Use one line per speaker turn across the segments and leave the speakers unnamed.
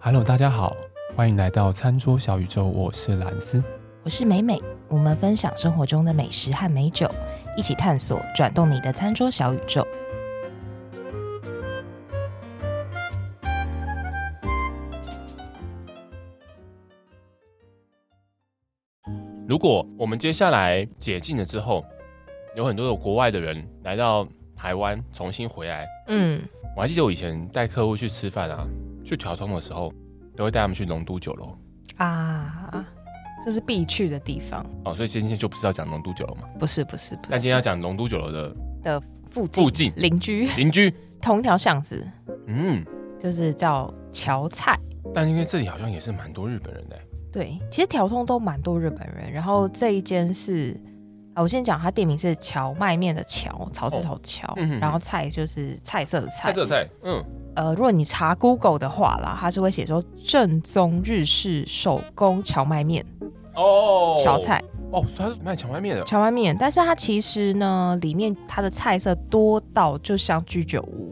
Hello，大家好，欢迎来到餐桌小宇宙，我是蓝斯。
我是美美，我们分享生活中的美食和美酒，一起探索转动你的餐桌小宇宙。
如果我们接下来解禁了之后，有很多的国外的人来到台湾重新回来，
嗯，
我还记得我以前带客户去吃饭啊，去调通的时候，都会带他们去龙都酒楼
啊，这是必去的地方，
哦，所以今天就不是要讲龙都酒楼嘛，
不是不是不
但今天
是
要讲龙都酒楼的
的附近
附近
邻居
邻居，
同一条巷子，
嗯，
就是叫乔菜。
但因为这里好像也是蛮多日本人的欸，
对，其实条通都蛮多日本人，然后这一间是。啊，我先讲，它店名是荞麦面的荞，草字头荞，
嗯哼
然后菜就是菜色的菜。
菜色菜，嗯，
呃，如果你查 Google 的话啦，它是会写说正宗日式手工荞麦面、
哦，
荞菜。
哦，所以他是卖荞麦面的，
荞麦面，但是它其实呢，里面它的菜色多到就像居酒屋，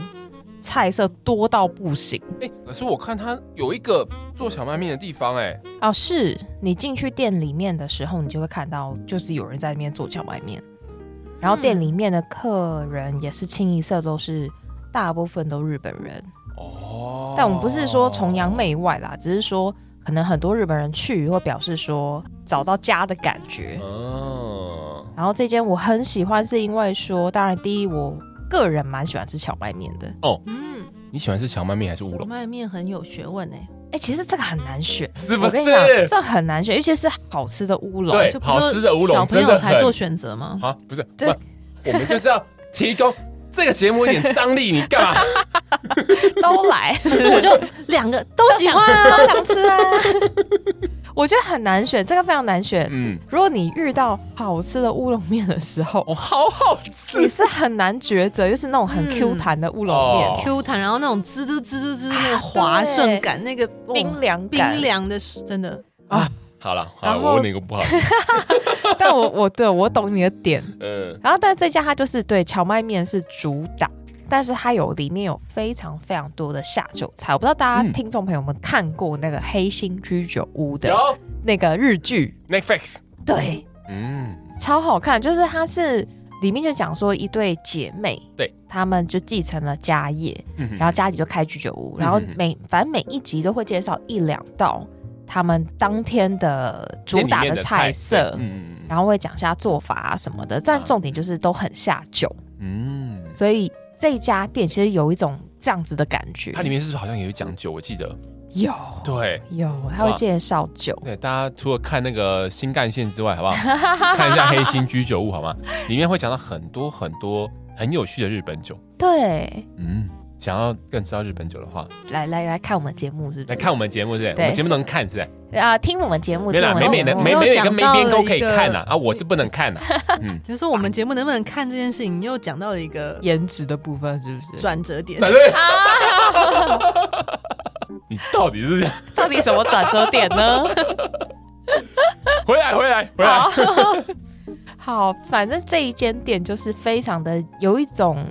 菜色多到不行
哎、可是我看他有一个做荞麦面的地方、哎，
啊！是你进去店里面的时候，你就会看到，就是有人在那边做荞麦面，然后店里面的客人也是清一色都是。大部分都日本人，
哦，
但我们不是说崇洋媚外啦，只是说可能很多日本人去会表示说找到家的感觉，
嗯哦，
然后这间我很喜欢，是因为说，当然第一，我个人蛮喜欢吃荞麦面的。
嗯，
你喜欢吃荞麦面还是乌
荞
龙？
麦面很有学问哎、
哎、其实这个很难选，
是
我跟你讲，这很难选，尤其是好吃的乌龙。
对
就不是
哎好吃的乌龙
小朋
真
友
的
才
很
做选择吗？
好，不是，不
这
我们就是要提供这个节目一点张力，你干 嘛？
都来，
可是我就两个都 喜欢啊，
都 想吃啊。我觉得很难选，这个非常难选。
嗯，
如果你遇到好吃的乌龙面的时候，
哦，好好
你
吃，
是很难抉择，就是那种很
嗯
Q 弹的乌龙面，
哦
Q 弹，然后那种滋嘟滋嘟滋嘟那个滑顺感，那个 哦
冰凉感。
冰凉的，真的
好了，好
然
了，
后
我问你一个不好的，
但我我对我懂你的点，
嗯，
然后，但这家它就是对荞麦面是主打，但是它有里面有非常非常多的下酒菜。我不知道大
嗯
家听众朋友们看过那个《黑心居酒屋》的
有
那个日剧，
Netflix，
对，
嗯，
超好看。就是它是里面就讲说一对姐妹，
对，
她们就继承了家业，
嗯
然后家里就开居酒屋，然后
嗯嗯嗯
每反正每一集都会介绍一两道他们当天的主
店里
打
面
的
的
菜
菜
色。
嗯嗯
然后会讲一下做法啊什么的，但重点就是都很下酒。
嗯嗯，
所以这家店其实有一种这样子的感觉。
它里面是不是好像有讲究？我记得，
有
对。
有，他会
哇
介绍酒。
对，大家除了看那个新干线之外，好不好？ 看一下黑心居酒屋，好吗？里面会讲到很多很多很有趣的日本酒。
对，
嗯，想要更知道日本酒的话，
来来来看我们节目是不
来
是？
看我们节目是不是？我
对
们节目能看是不是？
啊，听我们节目，
没
听
啦，
我
美美
们节
的
目
美 美的跟梅边都可以看
我有讲
呐
到了一
啊，我是不能看 呐。嗯，
就是我们节目能不能看这件事情，又讲到了一个
颜值的部分是不是？
转折点。
反正
啊
你到底是
到底什么转折点呢？
回来回来回来
好，好，反正这一间店就是非常的有一种，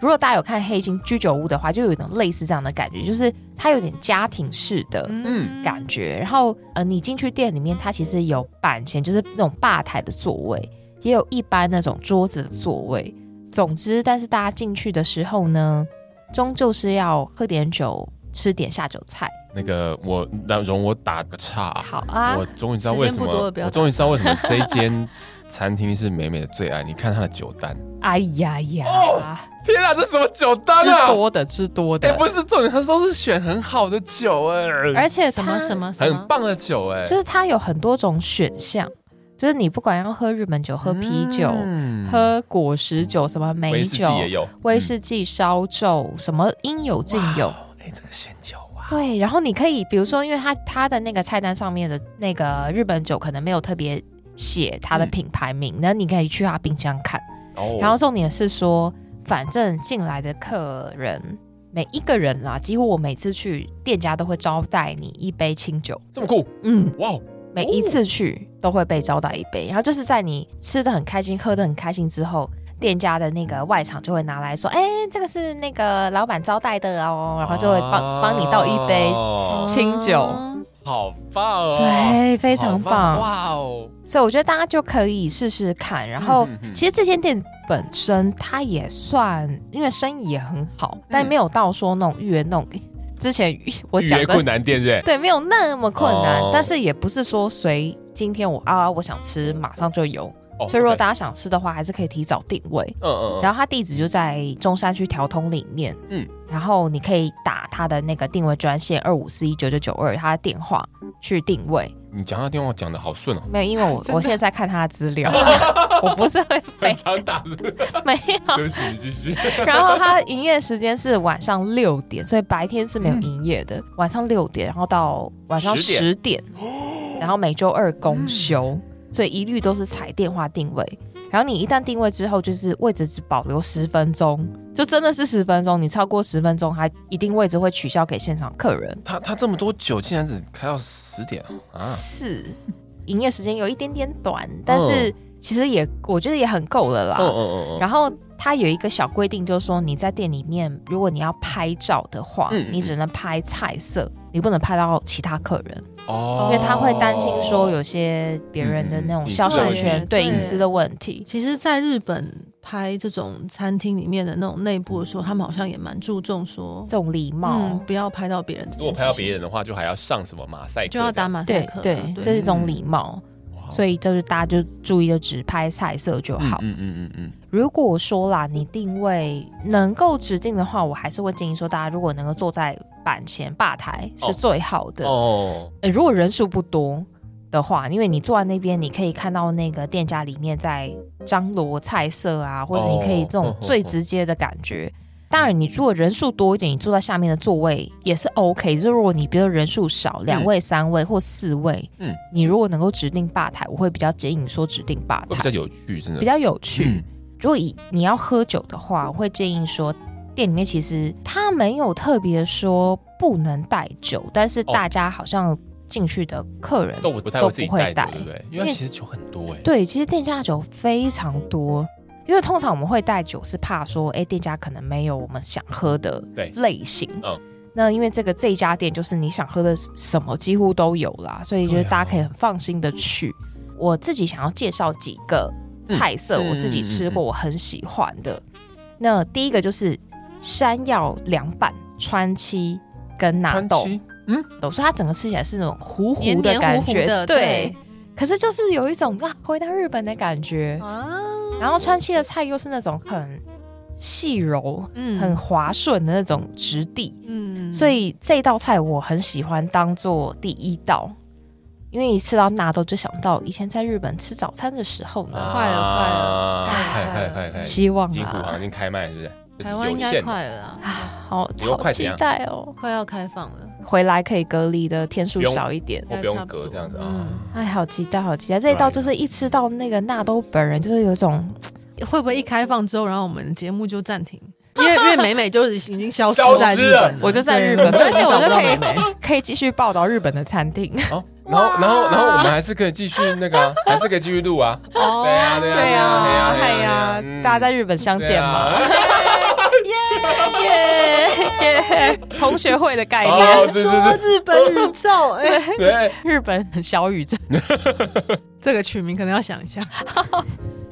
如果大家有看《黑心居酒屋》的话，就有一种类似这样的感觉，就是它有点家庭式的。
嗯
感觉。然后呃，你进去店里面，它其实有板前，就是那种吧台的座位，也有一般那种桌子的座位。总之，但是大家进去的时候呢，终究是要喝点酒，吃点下酒菜。
那个我那容我打个岔啊，
好啊
我，终于知道为什
时
么
间不多了不，要
我终于知道为什么这一间餐厅是美美的最爱。你看它的酒单，
哎呀呀，
哦天啊，这什么酒单
吃
啊？
多的吃多
哎、
的，
不是重点，他都是选很好的酒哎、
而且
什么
它
什么什
很
么，
棒的酒哎、
就是它有很多种选项，就是你不管要喝日本酒、喝啤酒、
嗯
喝果实酒、什么美
威士忌
酒、
也有，嗯
威士忌、烧酒，什么应有尽有。
哇。哎、这个选酒啊，
对，然后你可以，比如说，因为它它的那个菜单上面的那个日本酒可能没有特别写它的
嗯
品牌名，那、你可以去它冰箱看。
哦
然后重点是说，反正进来的客人每一个人啦，几乎我每次去店家都会招待你一杯清酒，
这么酷
嗯，
哇哦！
每一次去都会被招待一杯。然后就是在你吃的很开心、喝的很开心之后，店家的那个外场就会拿来说，哎、这个是那个老板招待的哦，然后就会帮、
啊
帮你倒一杯，
哦
清酒
好棒哦，
对，非
好
常棒。
哇哦，
所以我觉得大家就可以试试看。然后，
嗯嗯嗯
其实这间店本身它也算，因为生意也很好，
嗯
但没有到说那种预约那种。之前预我
预
讲
约
的
困难店对不对，
对，没有那么困难，
哦
但是也不是说随今天我啊我想吃马上就有。
哦
所以如果
对
大家想吃的话，还是可以提早定位。
嗯嗯嗯，
然后它地址就在中山区调通里面，
嗯
嗯，然后你可以打它的那个定位专线二五四一九九九二，它的电话去定位。
你讲到电话讲的好 顺哦，
没有，因为我
真的
我现在在看他的资料，我不是会
非，
背
常大声， 对
没有。
不起，你继续。
然后他营业时间是晚上六点，所以白天是没有营业的，晚上六点，然后到晚上
10
十点，然后每周二公休，所以一律都是采电话定位。然后你一旦定位之后，就是位置只保留十分钟，就真的是十分钟。你超过十分钟，他一定位置会取消给现场客人。
他他这么多酒竟然只开到十点啊啊！
是，营业时间有一点点短，但是其实也我觉得也很够了啦。
嗯嗯嗯嗯，
然后它有一个小规定，就是说你在店里面，如果你要拍照的话，
嗯嗯嗯
你只能拍菜色，你不能拍到其他客人，
哦
因为他会担心说有些别人的那
嗯嗯
种
嗯
肖像
隐私
权对隐私的问题。
其实，在日本拍这种餐厅里面的那种内部的时候，他们好像也蛮注重说，
这种礼貌，
嗯，不要拍到别人这件事
如
情。
果拍到别人的话，就还要上什么马赛克这
就
样，
要打马赛
对
克啊，
对，这
对
是一种礼貌，
哇，
所以就是大家就注意的只拍菜色就好。
嗯嗯嗯嗯
如果说啦，你定位能够指定的话，我还是会建议说，大家如果能够坐在板前吧台
哦
是最好的。
嗯，哦，
呃，如果人数不多的话，因为你坐在那边，你可以看到那个店家里面在张罗菜色啊，或者你可以这
哦
种
哼
最
哼
直接的感觉。当然，你如果人数多一点，你坐在下面的座位也是 OK。就是如果你比如人数少，两
嗯
位、三位或四位，
嗯
嗯，你如果能够指定吧台，我会比较建议你说指定吧
哦会比较
台，
有趣，真的
比较有趣。
嗯
如果以你要喝酒的话，我会建议说，店里面其实他没有特别说不能带酒，但是大家好像进去的客人，
但我不太
都
会自己
不会
带
带
酒，对不对？因
因
为
为
其实酒很多哎，
对，其实店家的酒非常多。因为通常我们会带酒，是怕说，哎，店家可能没有我们想喝的
对
类型。
嗯
那因为这个这一家店就是你想喝的什么几乎都有啦，所以就是
对啊
大家可以很放心的去。我自己想要介绍几个菜色，
嗯
我自己吃
嗯
过，
嗯嗯
我很喜欢的。那第一个就是山药凉拌川七跟纳
川
豆，
崎
所以它整个吃起来是那种糊糊
黏
的
黏
感
糊
觉，
糊的，
对。可是就是有一种啊，回到日本的感觉。
啊，
然后川西的菜又是那种很细柔、
嗯
很滑顺的那种质地，
嗯
所以这道菜我很喜欢当做第一道，因为一吃到纳豆就想到以前在日本吃早餐的时候呢。
啊哎
快了快了
快
快
快
了
快快！
希望
金湖好
啊
像已经开卖了，是不是？就是
台湾应
有
该
限的，
快了啦，
啊，好
你又
好
快怎啊
期
样
待哦！
快要开放了。
回来可以隔离的天数
不用
少一点。
我不用隔这样子啊。
哎，好期待，好期待！这一道就是一吃到那个纳豆本人，就是有一种
会不会一开放之后，然后我们节目就暂停？因为因为美美就已经消失在
消
日
失
本
了哦
了，
我就在
对
日本
对
而且我
找不
就
到
可以
美美。
可以继续报道日本的餐厅。
好，然后然后然后我们还是可以继续那个 啊，还是可以继续录啊。
哦
对啊对啊
对哎呀，
对
哎
啊对啊
呀
嗯，
大家在日本相见嘛，
对啊
耶啊 耶，同学会的概念，
哦，是是
说
是，
日本 宇宙，哎，
对，
日本很小宇宙。
这个取名可能要想一下。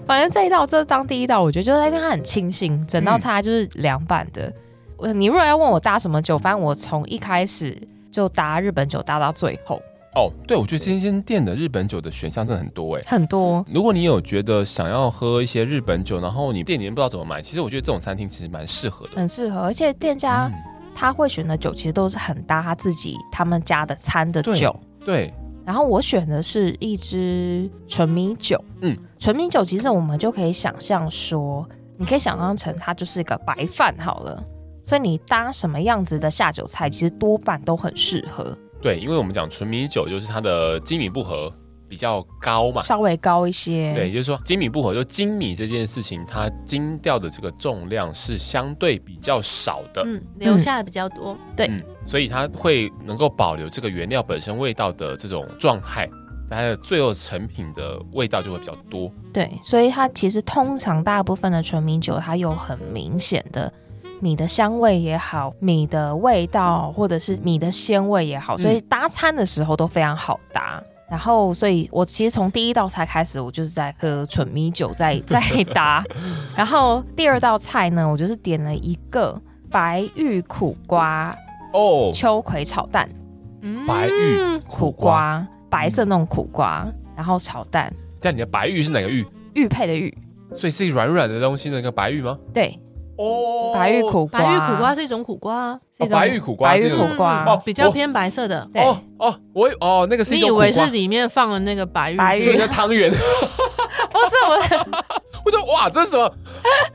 反正这一道这当第一道，我觉得就是因为它很清新，整道菜它就是凉拌的。呃你如果要问我搭什么酒，反正我从一开始就搭日本酒搭到最后，
哦，对，我觉得这间店的日本酒的选项真的很多哎。
很多
如果你有觉得想要喝一些日本酒，然后你店里面不知道怎么买，其实我觉得这种餐厅其实蛮适合的。
很适合，而且店家
嗯，
他会选的酒其实都是很搭他自己他们家的餐的
对
酒。
对，
然后我选的是一支纯米酒，
嗯
嗯，纯米酒其实我们就可以想象说，你可以想象成它就是一个白饭好了，所以你搭什么样子的下酒菜，其实多半都很适合，
对，因为我们讲纯米酒，就是它的精米不合比较高嘛。
稍微高一些，
对，也就是说精米不合，就精米这件事情，它精调的这个重量是相对比较少的， 嗯
嗯，留下的比较多。
对
嗯，所以它会能够保留这个原料本身味道的这种状态。它的最后成品的味道就会比较多。
对，所以它其实通常大部分的纯米酒，它有很明显的米的香味也好，米的味道或者是米的鲜味也好，
嗯
所以搭餐的时候都非常好搭。然后，所以我其实从第一道菜开始，我就是在喝纯米酒在在搭。然后第二道菜呢，我就是点了一个白玉苦瓜
哦，
秋葵炒蛋，嗯
白玉
嗯
苦瓜白色那种苦瓜，然后炒蛋，
但你的白玉是哪个玉？
玉佩的玉，
所以是软软的东西的那个白玉吗？
对，
哦，
白玉苦瓜，
白玉苦瓜是一种苦瓜，嗯
是一种
哦白玉苦瓜
白玉
这
苦
种
瓜，
哦
比较
我
偏白色的。
对，
哦哦，我以哦那个是一
你
种
以
苦
为
瓜
是，里面放了那个白玉？
白玉
就是那汤圆。
不哦是我
我说哇，这是什 么？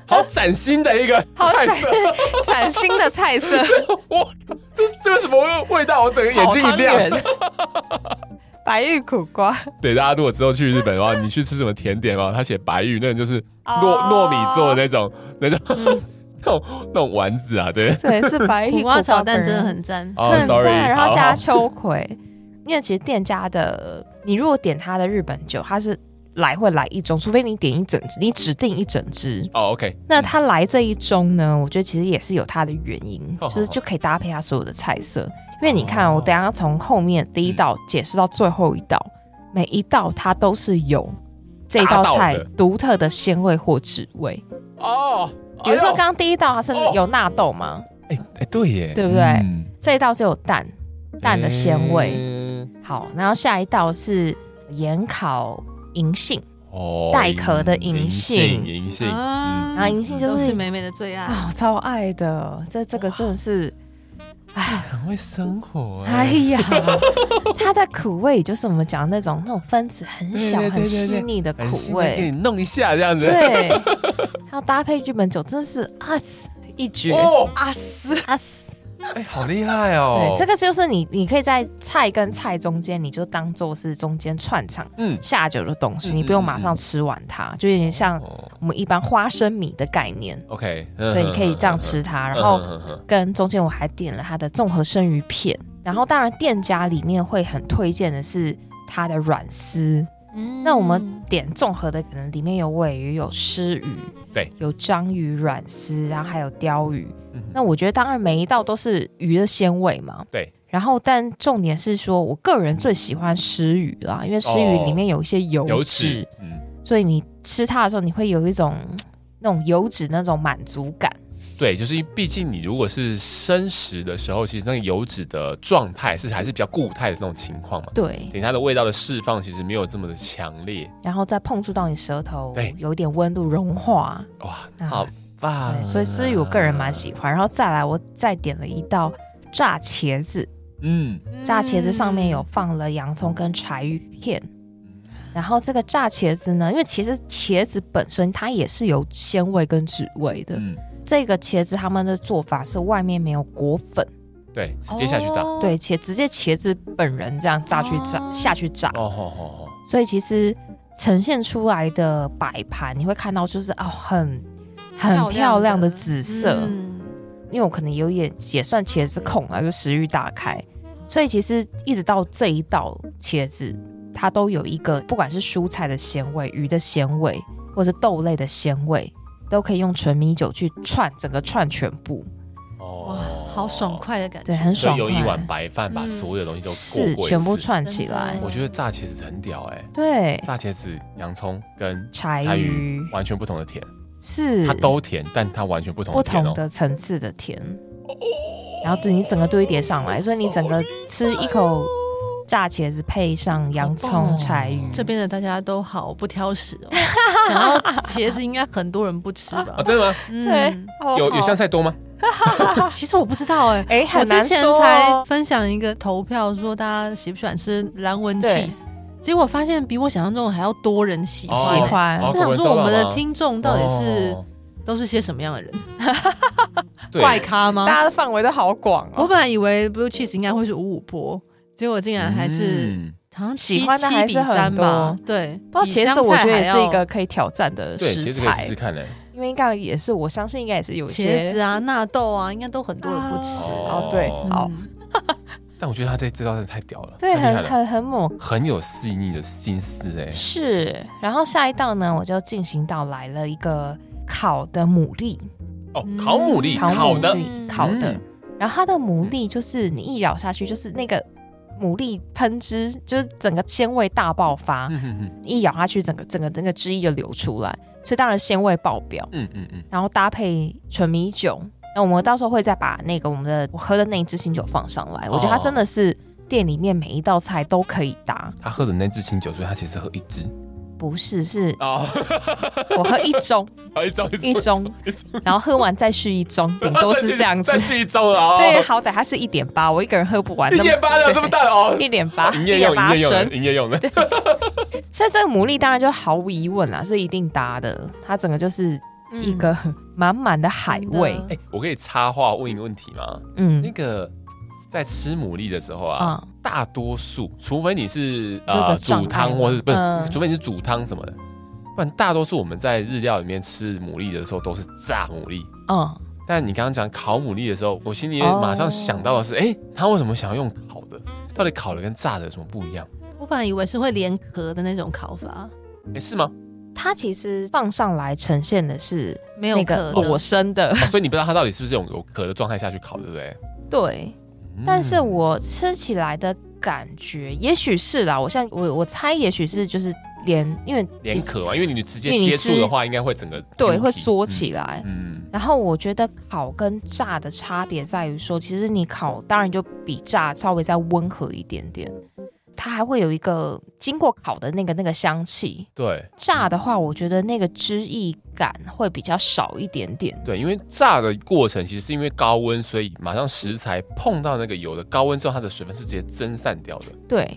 好崭新的一个
好
菜
崭
色，
崭新的菜色，
哇，这这是什么味道？我整个 眼
炒
睛一
汤
亮
圆。， 白玉苦瓜，
对，大家如果之后去日本的话，你去吃什么甜点哦，他写白玉，那个就是
哦
糯糯米做的那种那种 那种那种丸子啊，对。
对，是白玉
苦瓜炒蛋
本啊
真
人
的很赞。
哦
很赞
，sorry，
嗯然后
好
加
好
秋葵，因为其实店家的，你如果点他的日本酒，他是来会来一盅，除非你点一整支，你指定一整支。
哦，OK，
那他来这一盅呢，我觉得其实也是有它的原因，
哦
就是就可以搭配他所有的菜色。因为你看，
哦
我等一下从后面第一道解释到最后一道，每一道它都是有这一
达
道
到
菜
的
独特的鲜味或滋味。
哦，
比如说
哎呦
刚，刚第一道它是
哦
有纳豆嘛，
哎哎，对耶，
对不对
嗯
这一道是有蛋蛋的鲜味。
哎
好，然后下一道是盐烤银杏，
哦
带壳的银杏
银银杏，
啊
嗯
然后银杏就
都
是
是美美的最爱。
啊、我超爱的，这这个真的是，
很会生活啊
哎 呀，它的苦味就是我们讲的那种那种分子很小
对对对
很
对对
细腻的
很
苦
新的给
味，
你弄一下这样子。
对，还有搭配日本酒，真的是啊嘶一绝
哦，
阿斯，
啊嘶
哎，好厉害哦
对，！这个就是你，你可以在菜跟菜中间，你就当做是中间串场
嗯，
下酒的东西，
嗯
你不用
嗯
马
嗯
上吃完它，就有点像
哦
我们一般花生米的概念。
OK，嗯
所
所
以你可以
嗯
这 样吃它，然后跟中间我还点了它的综合生鱼片，然后当然店家里面会很推荐的是它的软丝。那我
嗯
们点综合的可能里面有尾鱼、有狮鱼，
对，
有章鱼软丝，然后还有鲷鱼。
嗯
那我觉得当然每一道都是鱼的鲜味嘛，
对。
然后但重点是说，我个人最喜欢狮鱼啦，因为狮鱼里面有一些油
哦油
脂，
脂，嗯，
所以你吃它的时候，你会有一种嗯那种油脂那种满足感。
对，就是因为毕竟你如果是生食的时候，其实那个油脂的状态是还是比较固态的那种情况嘛，
对，
等它的味道的释放其实没有这么的强烈，
然后再碰触到你舌头
对，
有一点温度融化。
哇，
啊
好棒！
对，所以思雨我个人蛮喜，欢。然后再来，我再点了一道炸茄子，
嗯，
炸茄子上
嗯
面有放了洋葱跟柴鱼片。然后这个炸茄子呢，因为其实茄子本身它也是有鲜味跟脂味的。
嗯，
这个茄子他们的做法是外面没有裹粉，
对，直接下去炸，哦，
哦
对，茄直接茄子本人这样炸去炸、
哦
下去炸。
吼吼吼，
所以其实呈现出来的摆盘，你会看到就是哦，很很漂亮的紫色，
嗯
因为我可能有点也算茄子控啊，就食欲大开，所以其实一直到这一道茄子，它都有一个不管是蔬菜的鲜味、鱼的鲜味，或是豆类的鲜味，都可以用纯米酒去串整个串全部，
哇
哦，，
好爽，快的感觉。
对，很
所
爽
以用一碗
快，
白饭把
嗯
所有东西都
是
过过一
全部
次
串起来
真的
我觉得炸茄子很屌哎、
对，
炸茄子、洋葱跟
柴
柴
鱼
鱼完全不同的甜，
是
它都甜，但它完全不同
不
的甜
同
哦。
的层次的甜，然后对你整个堆叠上来，所以你整个吃一口炸茄子配上洋
好棒
葱、
哦
柴鱼，
这边的大家都好不挑食 哦，想要茄子应该很多人不吃吧
啊，？真的吗？
对
嗯，，啊
有有香
像
菜多吗？
其实我不知道哎。
哎
我
很
之
难
前
说
才
哦，
分享一个投票，说大家喜不喜欢吃蓝纹
对
cheese，结果发现比我想象中还要多人喜
哦
欢。
喜欢
哦
我想说，我们的听众到底是
哦
都是些什么样的人？
对
怪咖吗？
大家的范围都好广
我
哦。
本来以为 blue cheese 应该会是五五波，结果竟然还是、
嗯
好像
喜
七
欢的还
七比
是很
三吧
多。
对，
不过
比
茄
香
子我
菜
觉得也
还
是一
要
个可以挑战的
对，
食
茄子可以试
材
试，看嘞、欸
因为应该也是我相信啊应该也是有一
茄
些
哦
子啊、纳豆啊，应该都很多人不吃。
哦对
嗯
好
但我觉得他这这招真的太屌了，
对，
太厉害
很
了，
很很猛，
很有细腻的心思哎、
是。然后下一道呢，我就进行到来了一个烤的牡蛎，
哦，烤牡蛎，
嗯烤
烤
牡
的，
蛎，烤的。
嗯
然后它的牡蛎就是你一咬下去，就是那个牡蛎喷汁，就是整个鲜味大爆发，
嗯嗯
一咬下去，整个整个那个汁液就流出来，所以当然鲜味爆表。
嗯嗯嗯
然后搭配纯米酒，那我们到时候会再把那个我们的我喝的那一支清酒放上来。我觉得它
哦
真的是店里面每一道菜都可以搭，
他喝的那支清酒，所以他其实喝一支
不是是
哦，
我喝一盅，
一盅
一盅，
一盅，
然后喝完再续一盅，顶多是这样 子
再。是一盅了哦。
对，啊好歹它是一点八，我一个人喝不完。
一点八的这么大的哦，
一点八，
哦 营业用，营
1.8
业用的，
升。
营业用的，
所以这个牡蛎当然就毫无疑问啦，是一定搭的。它整个就是一个 满满嗯的海味
真。的
哎，我可以插话问一个问题吗？那
嗯
个在吃牡蛎的时候啊，
啊，
大多数，除非你是
这个
呃
障
煮汤
碍
或是不是
嗯，
除非你是煮汤什么的，不然大多数我们在日料里面吃牡蛎的时候都是炸牡蛎。
嗯，
但你刚刚讲烤牡蛎的时候，我心里也
哦
马上想到的是，哎、他为什么想要用烤的？到底烤的跟炸的有什么不一样？
我本来以为是会连壳的那种烤法，
哎、是 吗、
它其实放上来呈现的是
没有
那
壳
个
的。
裸身的，
哦所以你不知道它到底是不是用有壳的状态下去烤，对不对？
对。
嗯
但是我吃起来的感觉，也许是啦，我像我我猜，也许是就是连因为
连
其实
壳啊嘛，因为你直接
因为你
接触的
吃
话，应该会整个
对
晶体
会缩起来。
嗯。嗯
然后我觉得烤跟炸的差别在于说，其实你烤当然就比炸稍微再温和一点点，它还会有一个经过烤的那个那个香气。
对
炸的话，我觉得那个汁液感会比较少一点点。
对，因为炸的过程其实是因为高温，所以马上食材碰到那个油的高温之后，它的水分是直接蒸散掉的。
对，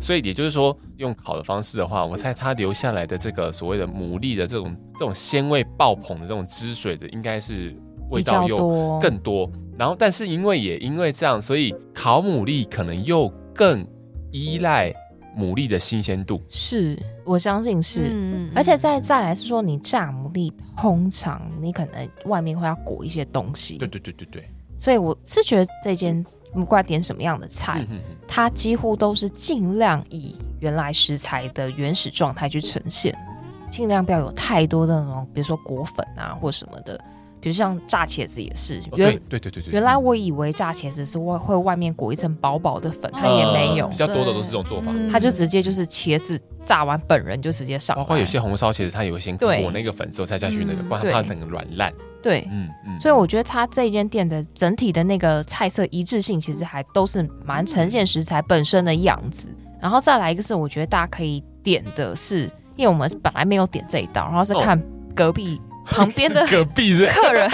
所以也就是说，用烤的方式的话，我猜它留下来的这个所谓的牡蛎的这种这种鲜味爆棚的这种汁水的，应该是味
比
道
较
又
多，
更多。然后，但是因为也因为这样，所以烤牡蛎可能又更依赖牡蛎的新鲜度。
是我相信是。
嗯
而且再再来是说，你炸牡蛎通常你可能外面会要裹一些东西，
对对对对对，
所以我是觉得这间不管点什么样的菜，
嗯嗯嗯，
它几乎都是尽量以原来食材的原始状态去呈现，尽量不要有太多的那种，比如说裹粉啊或什么的，比如像炸茄子也是
哦
原。
对对对对对，
原来我以为炸茄子是会会外面裹一层薄薄的粉，它也没有
嗯比，较多的
对
都是这种做法，
嗯
它就直接就是茄子炸完本人就直接上来。
包哦括有些红烧茄子，它也会先
对
裹那个粉之后再下去那个，
嗯
不然它怕
对
整个软烂。
对，
嗯嗯，
所以我觉得它这一间店的整体的那个菜色一致性，其实还都是蛮呈现食材本身的样子。然后再来一个是，我觉得大家可以点的是，因为我们本来没有点这一道，然后是
哦
看隔壁旁边的
隔壁是
客 人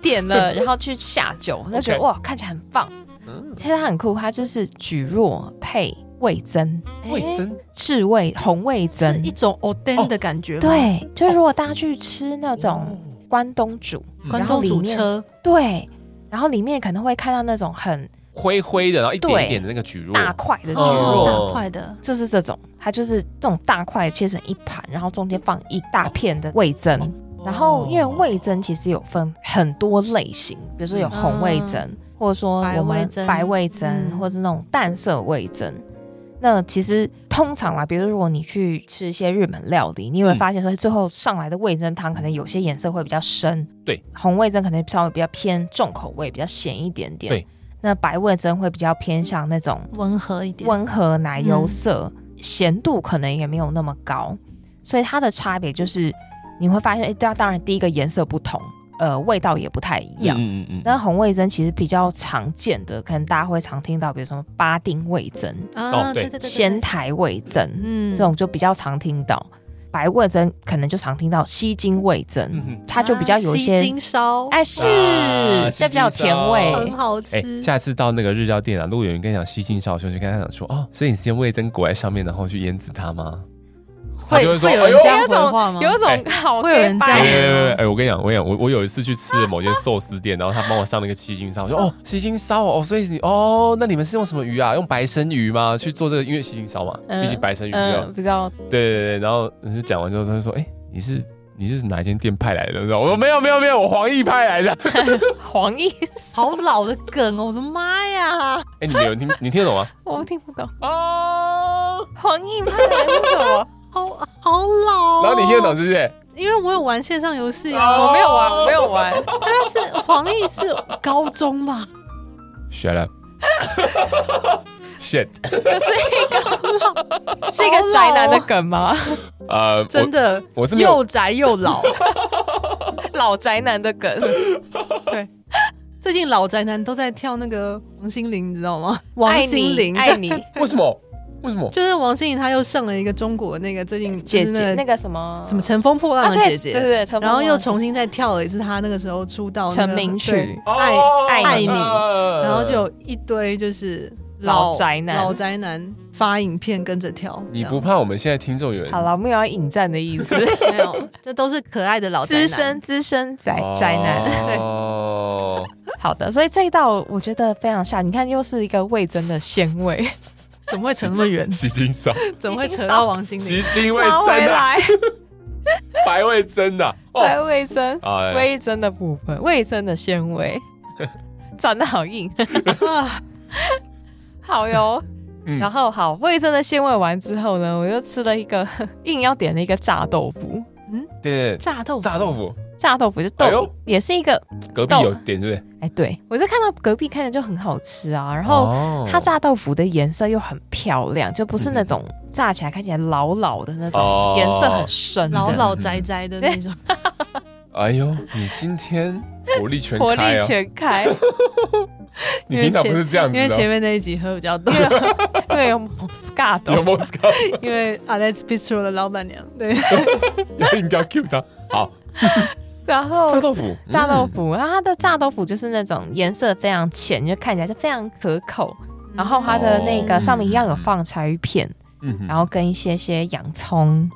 点了，然后去下酒，他觉得
OK
哇看起来很棒。
嗯
其实它很酷，它就是蒟蒻配味增，
味增
赤味红味
是
增
一，种 o d e
哦
n 的感觉吗，
对，就是如果大家去吃那种关东煮，
嗯
关
然后
东
里
煮
面
车，
对，然后里面可能会看到那种很
灰灰的，然后一点
对
一点的那个蒟蒻，
大块的
哦
蒟
哦
蒻，
大块的，
就是这种，它就是这种大块切成一盘，然后中间放一大片的味增。
哦
然后因为味增其实有分很多类型，比如说有红味增，或者说我
嗯白味
们
增
白味增，
嗯
或者那种淡色味增。那其实通常啦，比如说如果你去吃一些日本料理，你会
嗯
发现说最后上来的味增汤可能有些颜色会比较深，
对，
红味增可能稍微比较偏重口味，比较咸一点点，
对。
那白味增会比较偏向那种
温和一点，
温和奶油色，
嗯
咸度可能也没有那么高，所以它的差别就是你会发现，哎、当当然第一个颜色不同，呃，味道也不太一样。
嗯嗯
那红味增其实比较常见的，可能大家会常听到，比如什么巴丁味增、
哦
啊，
对
对对对，
仙台味增，
嗯
这种就比较常听到。白味增可能就常听到西京味增，
嗯
它就比较有一
啊
些
西，京烧，
哎、是，
啊
这比较有
西京
甜
烧
很
味，
好
哎、
吃，
下次到那个日料店啊，如果有人跟你讲西晋烧的时候，就跟他讲说，哦，所以你先味增裹在上面，然后去腌制它吗？他
会
就会说
会有
哎
人
呦
这样
有一
回话
种
吗？
有一
哎
种好
哦会有
黑
人这
白
样
哎 哎
哎
哎哎，我跟你讲，我跟你讲，我我有一次去吃某间寿司店，然后他帮我上了一个西京烧，我说哦，西京烧哦，所以你哦，那你们是用什么鱼啊？用白生鱼吗？去做这个，因为西京烧嘛，
嗯
呃毕竟白生鱼比较、
嗯，比较
对对对。然后就讲完之后，他就说，哎、你是你是哪一间店派来的？”我说：“没有没有没有，我黄奕派来的。
黄奕，
好老的梗哦，我的妈呀！”
哎，你没有听，你听得 懂吗？
我听不懂，
哦，
黄奕派来是什么？
好好老、
然后你听得懂，是不是？
因为我有玩线上游戏啊。
哦
我没有玩，我没有玩。
但是黄奕是高中吧？
Shut up. Shit，
就是一个是一个宅男的梗吗？
呃，
真的，
我我是没有
又宅又老。
老宅男的梗，
最近老宅男都在跳那个王心凌，你知道吗？王
爱
心
你
凌，
爱你，
为什么？为什么？
就是王心凌，她又上了一个中国那个最近
姐
就是
姐
那
那个什么
什么乘风破
啊
浪的
对
姐姐，
对对对，乘风
然后又
破浪
重新再跳了一次她那个时候出道那个
成名
对
曲，
爱
哦
爱你
呃
然后就有一堆就是
老宅男
老宅男发影片跟着跳。
你
这样
不怕我们现在听众有人
好了，没有要引战的意 思，
没有？这都是可爱的老宅
资
男。
深资深宅宅男。
哦，
好的，所以这一道我觉得非常下，你看又是一个味增的鲜味，
怎么会扯那么远？
洗金嫂，
怎么会扯到王心
洗
凌？
金味啊
拿回
真的，
来，
白味真的，
对味增，
啊
味增的部分，味增的鲜 味，转的好硬，啊好哟。
嗯
然后好，味增的鲜味完之后呢，我又吃了一个硬要点了一个炸豆腐，
对对对，
炸豆腐
炸豆腐，
炸豆腐就豆，
哎呦，
也是一个
隔壁
豆
有点对不对？
哎，对我就看到隔壁看着就很好吃
哦
啊，然后。
后
它炸豆腐的颜色又很漂亮，就不是那
嗯
种炸起来看起来老老的那
哦
种，颜色很深的，
老老宅宅的那种，
哎呦，你今天火力全
活力
开哦！
全开，
你平常不是这样子
因为
的
前
哦，
面那一集喝比较多
因，为因为有 Moscato，
有 Moscow，
因为 Alex Bistro 的老板娘对，
有应该 cue 他。好，
然后
炸豆腐，
炸豆
嗯，
腐，然后它的炸豆腐就是那种颜色非常浅，就看起来就非常可口。然后它的那个
哦
上面一样有放柴鱼片，
嗯哼
然后跟一些些洋葱，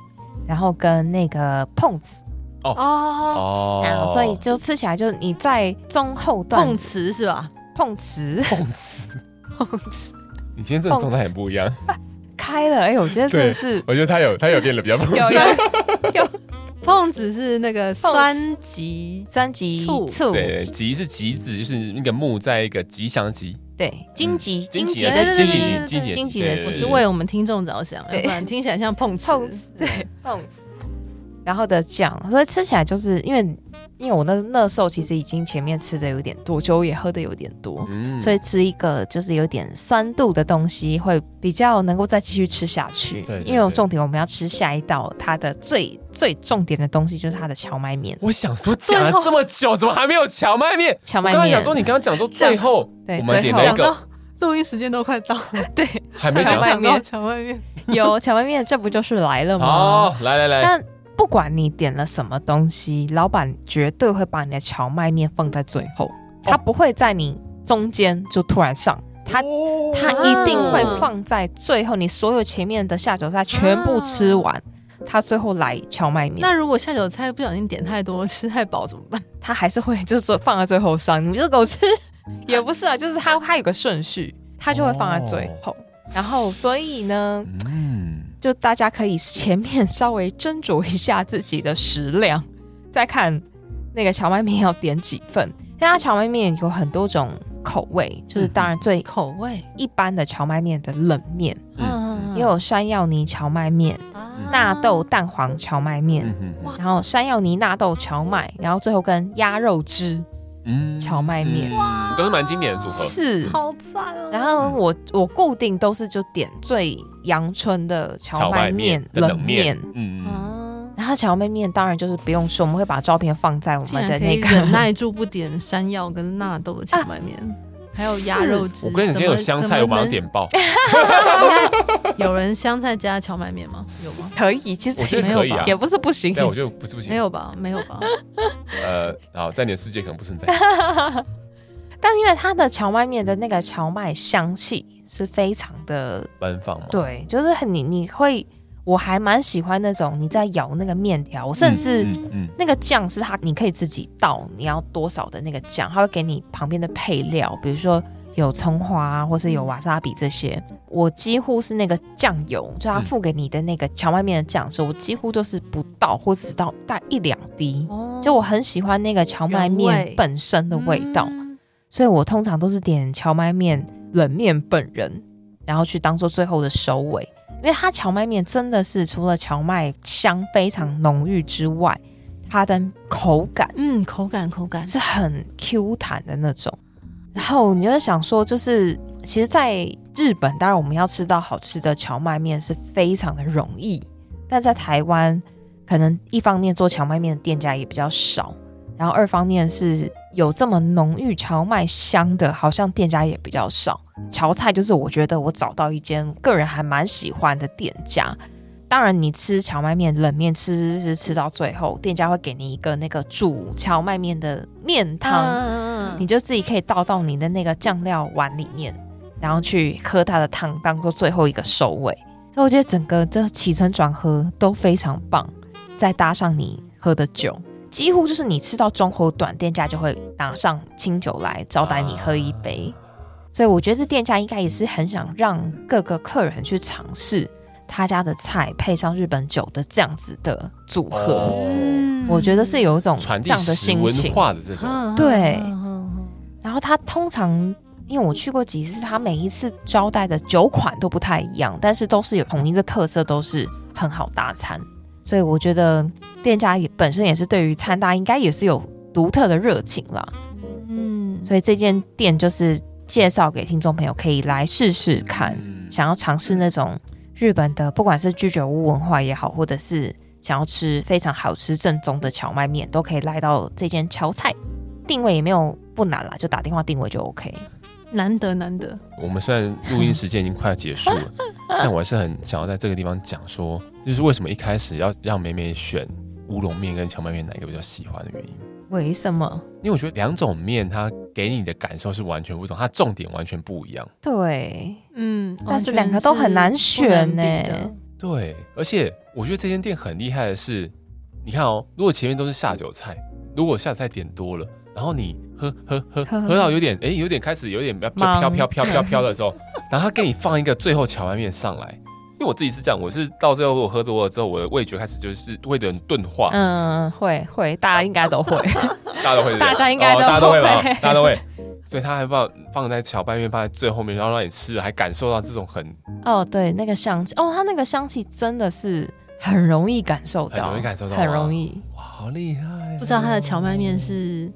然后跟那个碰子，
哦，
哦
然后所以就吃起来就你在中后段
碰瓷是吧？
碰瓷
碰 瓷，
碰瓷
你今天这个状态很不一样。
开了，哎，我觉得真的是
我觉得他有他有变得比较不一
有
样
有
碰子是那个酸橘，
三级
醋
醋，
对，吉是吉子，就是那个木在一个吉祥的吉，
对，荆棘荆棘
啊
对
的
对
荆
对
棘
对
棘
对
荆棘
荆棘
对
的
我
棘
是为我们听众着想，
对
要不然听起来像碰瓷。
碰瓷对碰子，然后的酱，所以吃起来就是因为因为我那那时候其实已经前面吃的有点多，酒也喝的有点多。
嗯
所以吃一个就是有点酸度的东西，会比较能够再继续吃下去。
对对
因为我
对
重点我们要吃下一道，它的最最重点的东西就是它的荞麦面。
我想说讲了这么久，怎么还没有荞麦 面？
荞
我
麦
刚刚
面
讲说，你刚刚讲说最后
对
我们点
最后
了
讲
一个
到录音时间都快到了，
对，
还没
荞
讲
麦
讲到
面
墙外面，
有荞麦面，这不就是来了吗？
哦，来来来，
但不管你点了什么东西，老板绝对会把你的荞麦面放在最后，他不会在你中间就突然上，他
哦
他一定会放在最后，你所有前面的下酒菜全部吃完，他最后来荞麦面，
那如果下酒菜不小心点太多， 吃太饱怎么 办？
他还是会就是做放在最后上，你们就给我吃， 也不是啊，就是他他有个顺序，他就会放在最后。然后，所以呢，
嗯，
就大家可以前面稍微斟酌一下自己的食量， 再看那个荞麦面要点几份。因为它荞麦面有很多种口味，就是当然最
口味，
一般的荞麦面的冷面，
嗯
也有山药泥荞麦面、
啊
纳豆蛋黄荞麦面，
嗯嗯
然后山药泥纳豆荞麦，然后最后跟鸭肉汁
嗯
荞麦面，
嗯都是蛮经典
哦
的组合。
是。
好赞哦
然后我我固定都是就点最阳春的荞麦面
的冷
面
面，，嗯，嗯
啊，
然后荞麦面当然就是不用说，我们会把照片放在我
竟
们的
然可
那
以
个
忍耐住不点山药跟纳豆的荞麦面，
啊
还有鸭肉汁。
我跟你今天有香菜，我
把
马
它
上。点爆，
怎么能有人香菜加荞麦面吗？有吗？
可以，其实
我觉得
没有
可以啊
吧。
也不是不行。
但我觉得不是不行，
没有吧？没有 吧？
呃，好，在你的世界可能不存在。
但因为它的荞麦面的那个荞麦香气是非常的，
奔放嘛，
对，就是很你你会，我还蛮喜欢那种你在咬那个面条，我甚至
嗯嗯
那个酱是它你可以自己倒你要多少的那个酱，它会给你旁边的配料，比如说有葱花啊或是有瓦萨比这些，我几乎是那个酱油，就他
嗯
付给你的那个荞麦面的酱汁，我几乎都是不到或只到大概一两滴。
哦
就我很喜欢那个荞麦
原
面
味
本身的味道，
嗯
所以我通常都是点荞麦面冷面本人，然后去当做最后的收尾。因为它荞麦面真的是除了荞麦香非常浓郁之外，它的口感
嗯，口感口感
是很 Q 弹的那种。然后你就会想说，就是其实，在日本，当然我们要吃到好吃的荞麦面是非常的容易，但在台湾，可能一方面做荞麦面的店家也比较少，然后二方面是有这么浓郁荞麦香的，好像店家也比较少。荞菜就是我觉得我找到一间个人还蛮喜欢的店家。当然，你吃荞麦面冷面吃吃吃吃到最后，店家会给你一个那个煮荞麦面的面汤，
嗯
你就自己可以倒到你的那个酱料碗里面，然后去喝它的汤，当做最后一个收尾。所以我觉得整个这起承转合都非常棒，再搭上你喝的酒，几乎就是你吃到中后段，店家就会拿上清酒来招待你喝一杯。所以我觉得店家应该也是很想让各个客人去尝试他家的菜配上日本酒的这样子的组合，
哦
我觉得是有一种
传
这
递
样的
食
心
文
情。
化的这种，
嗯
对
嗯嗯嗯
然后他通常，因为我去过几次，他每一次招待的酒款都不太一样，但是都是有统一的特色，都是很好搭餐。所以我觉得店家也本身也是对于餐搭应该也是有独特的热情啦。
嗯，
所以这间店就是介绍给听众朋友可以来试试看，
嗯
想要尝试那种日本的，不管是居酒屋文化也好，或者是想要吃非常好吃正宗的荞麦面，都可以来到这间荞菜。定位也没有不难啦，就打电话定位就 OK。
难得难得，
我们虽然录音时间已经快要结束 了，但我还是很想要在这个地方讲说，就是为什么一开始要让美美选乌龙面跟荞麦面哪一个比较喜欢的原因。
为什么？
因为我觉得两种面它给你的感受是完全不同，它重点完全不一样。
对，
嗯，
但是
完全
两个都很难选欸
不能比
呢
的
对，而且我觉得这间店很厉害的是，你看哦，如果前面都是下酒菜，如果下酒菜点多了，然后你喝喝喝
喝喝
喝到有点哎、有点开始有点比较
忙
飘飘飘飘飘的时 候，然后他给你放一个最后荞麦面上来。因为我自己是这样，我是到最后我喝多了之后，我的味觉开始就是会有点钝化，
嗯，会会，大家应该都会。
大家都会这样，
大家应
哦
该都
大家都会吧
会，
大家都会。所以他还把放在荞麦面放在最后面，然后让你吃，还感受到这种很
哦，对，那个香气，哦，它那个香气真的是很容易感受
很
到，
容易感受到啊
很
吗
容易。
哇，好厉害啊
不知道他的荞麦面是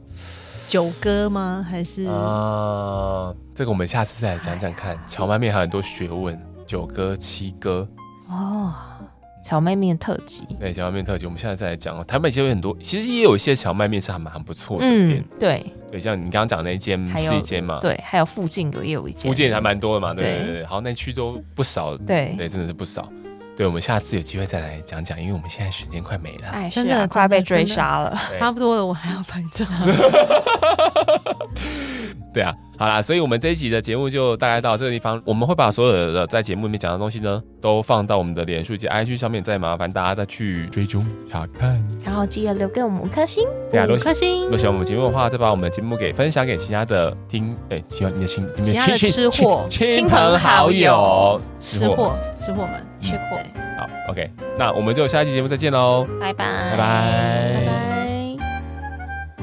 九哥吗？还是
啊，这个我们下次再来讲讲看。荞麦面还有很多学问，九哥、七哥，
哦，荞麦面特辑，
对荞麦面特辑，我们下次再来讲哦。台北其实有很多，其实也有一些荞麦面是还蛮不错的店
嗯，，对
对，像你刚刚讲的那一间嗯
还有
是一间嘛，，
对，还有附近有也有一间，
福建还蛮多的嘛，对
对
对对对，好，那区都不少，
对，
对，真的是不少。对，我们下次有机会再来讲讲，因为我们现在时间快没了。
哎，
真
是
的
啊
真
快被
的
追
真的
杀了。
对
差不多了？我还要拍照。
对啊，好啦，所以我们这一集的节目就大概到这个地方。我们会把所有的在节目里面讲的东西呢，都放到我们的脸书及 IG 上面，再麻烦大家再去追踪查看。
然后记得留给我们五颗星，
对啊，如
五
果
颗星
如果，喜欢我们节目的话，再把我们的节目给分享给其他的听，哎、喜欢你的亲，你
其他的
亲
吃货
亲亲
亲
朋
朋
好
好
友
友，
吃货吃货们，
嗯
吃货，
对，
好，OK，那我们就下一期节目再见喽，
拜拜，
拜
拜
拜
拜拜。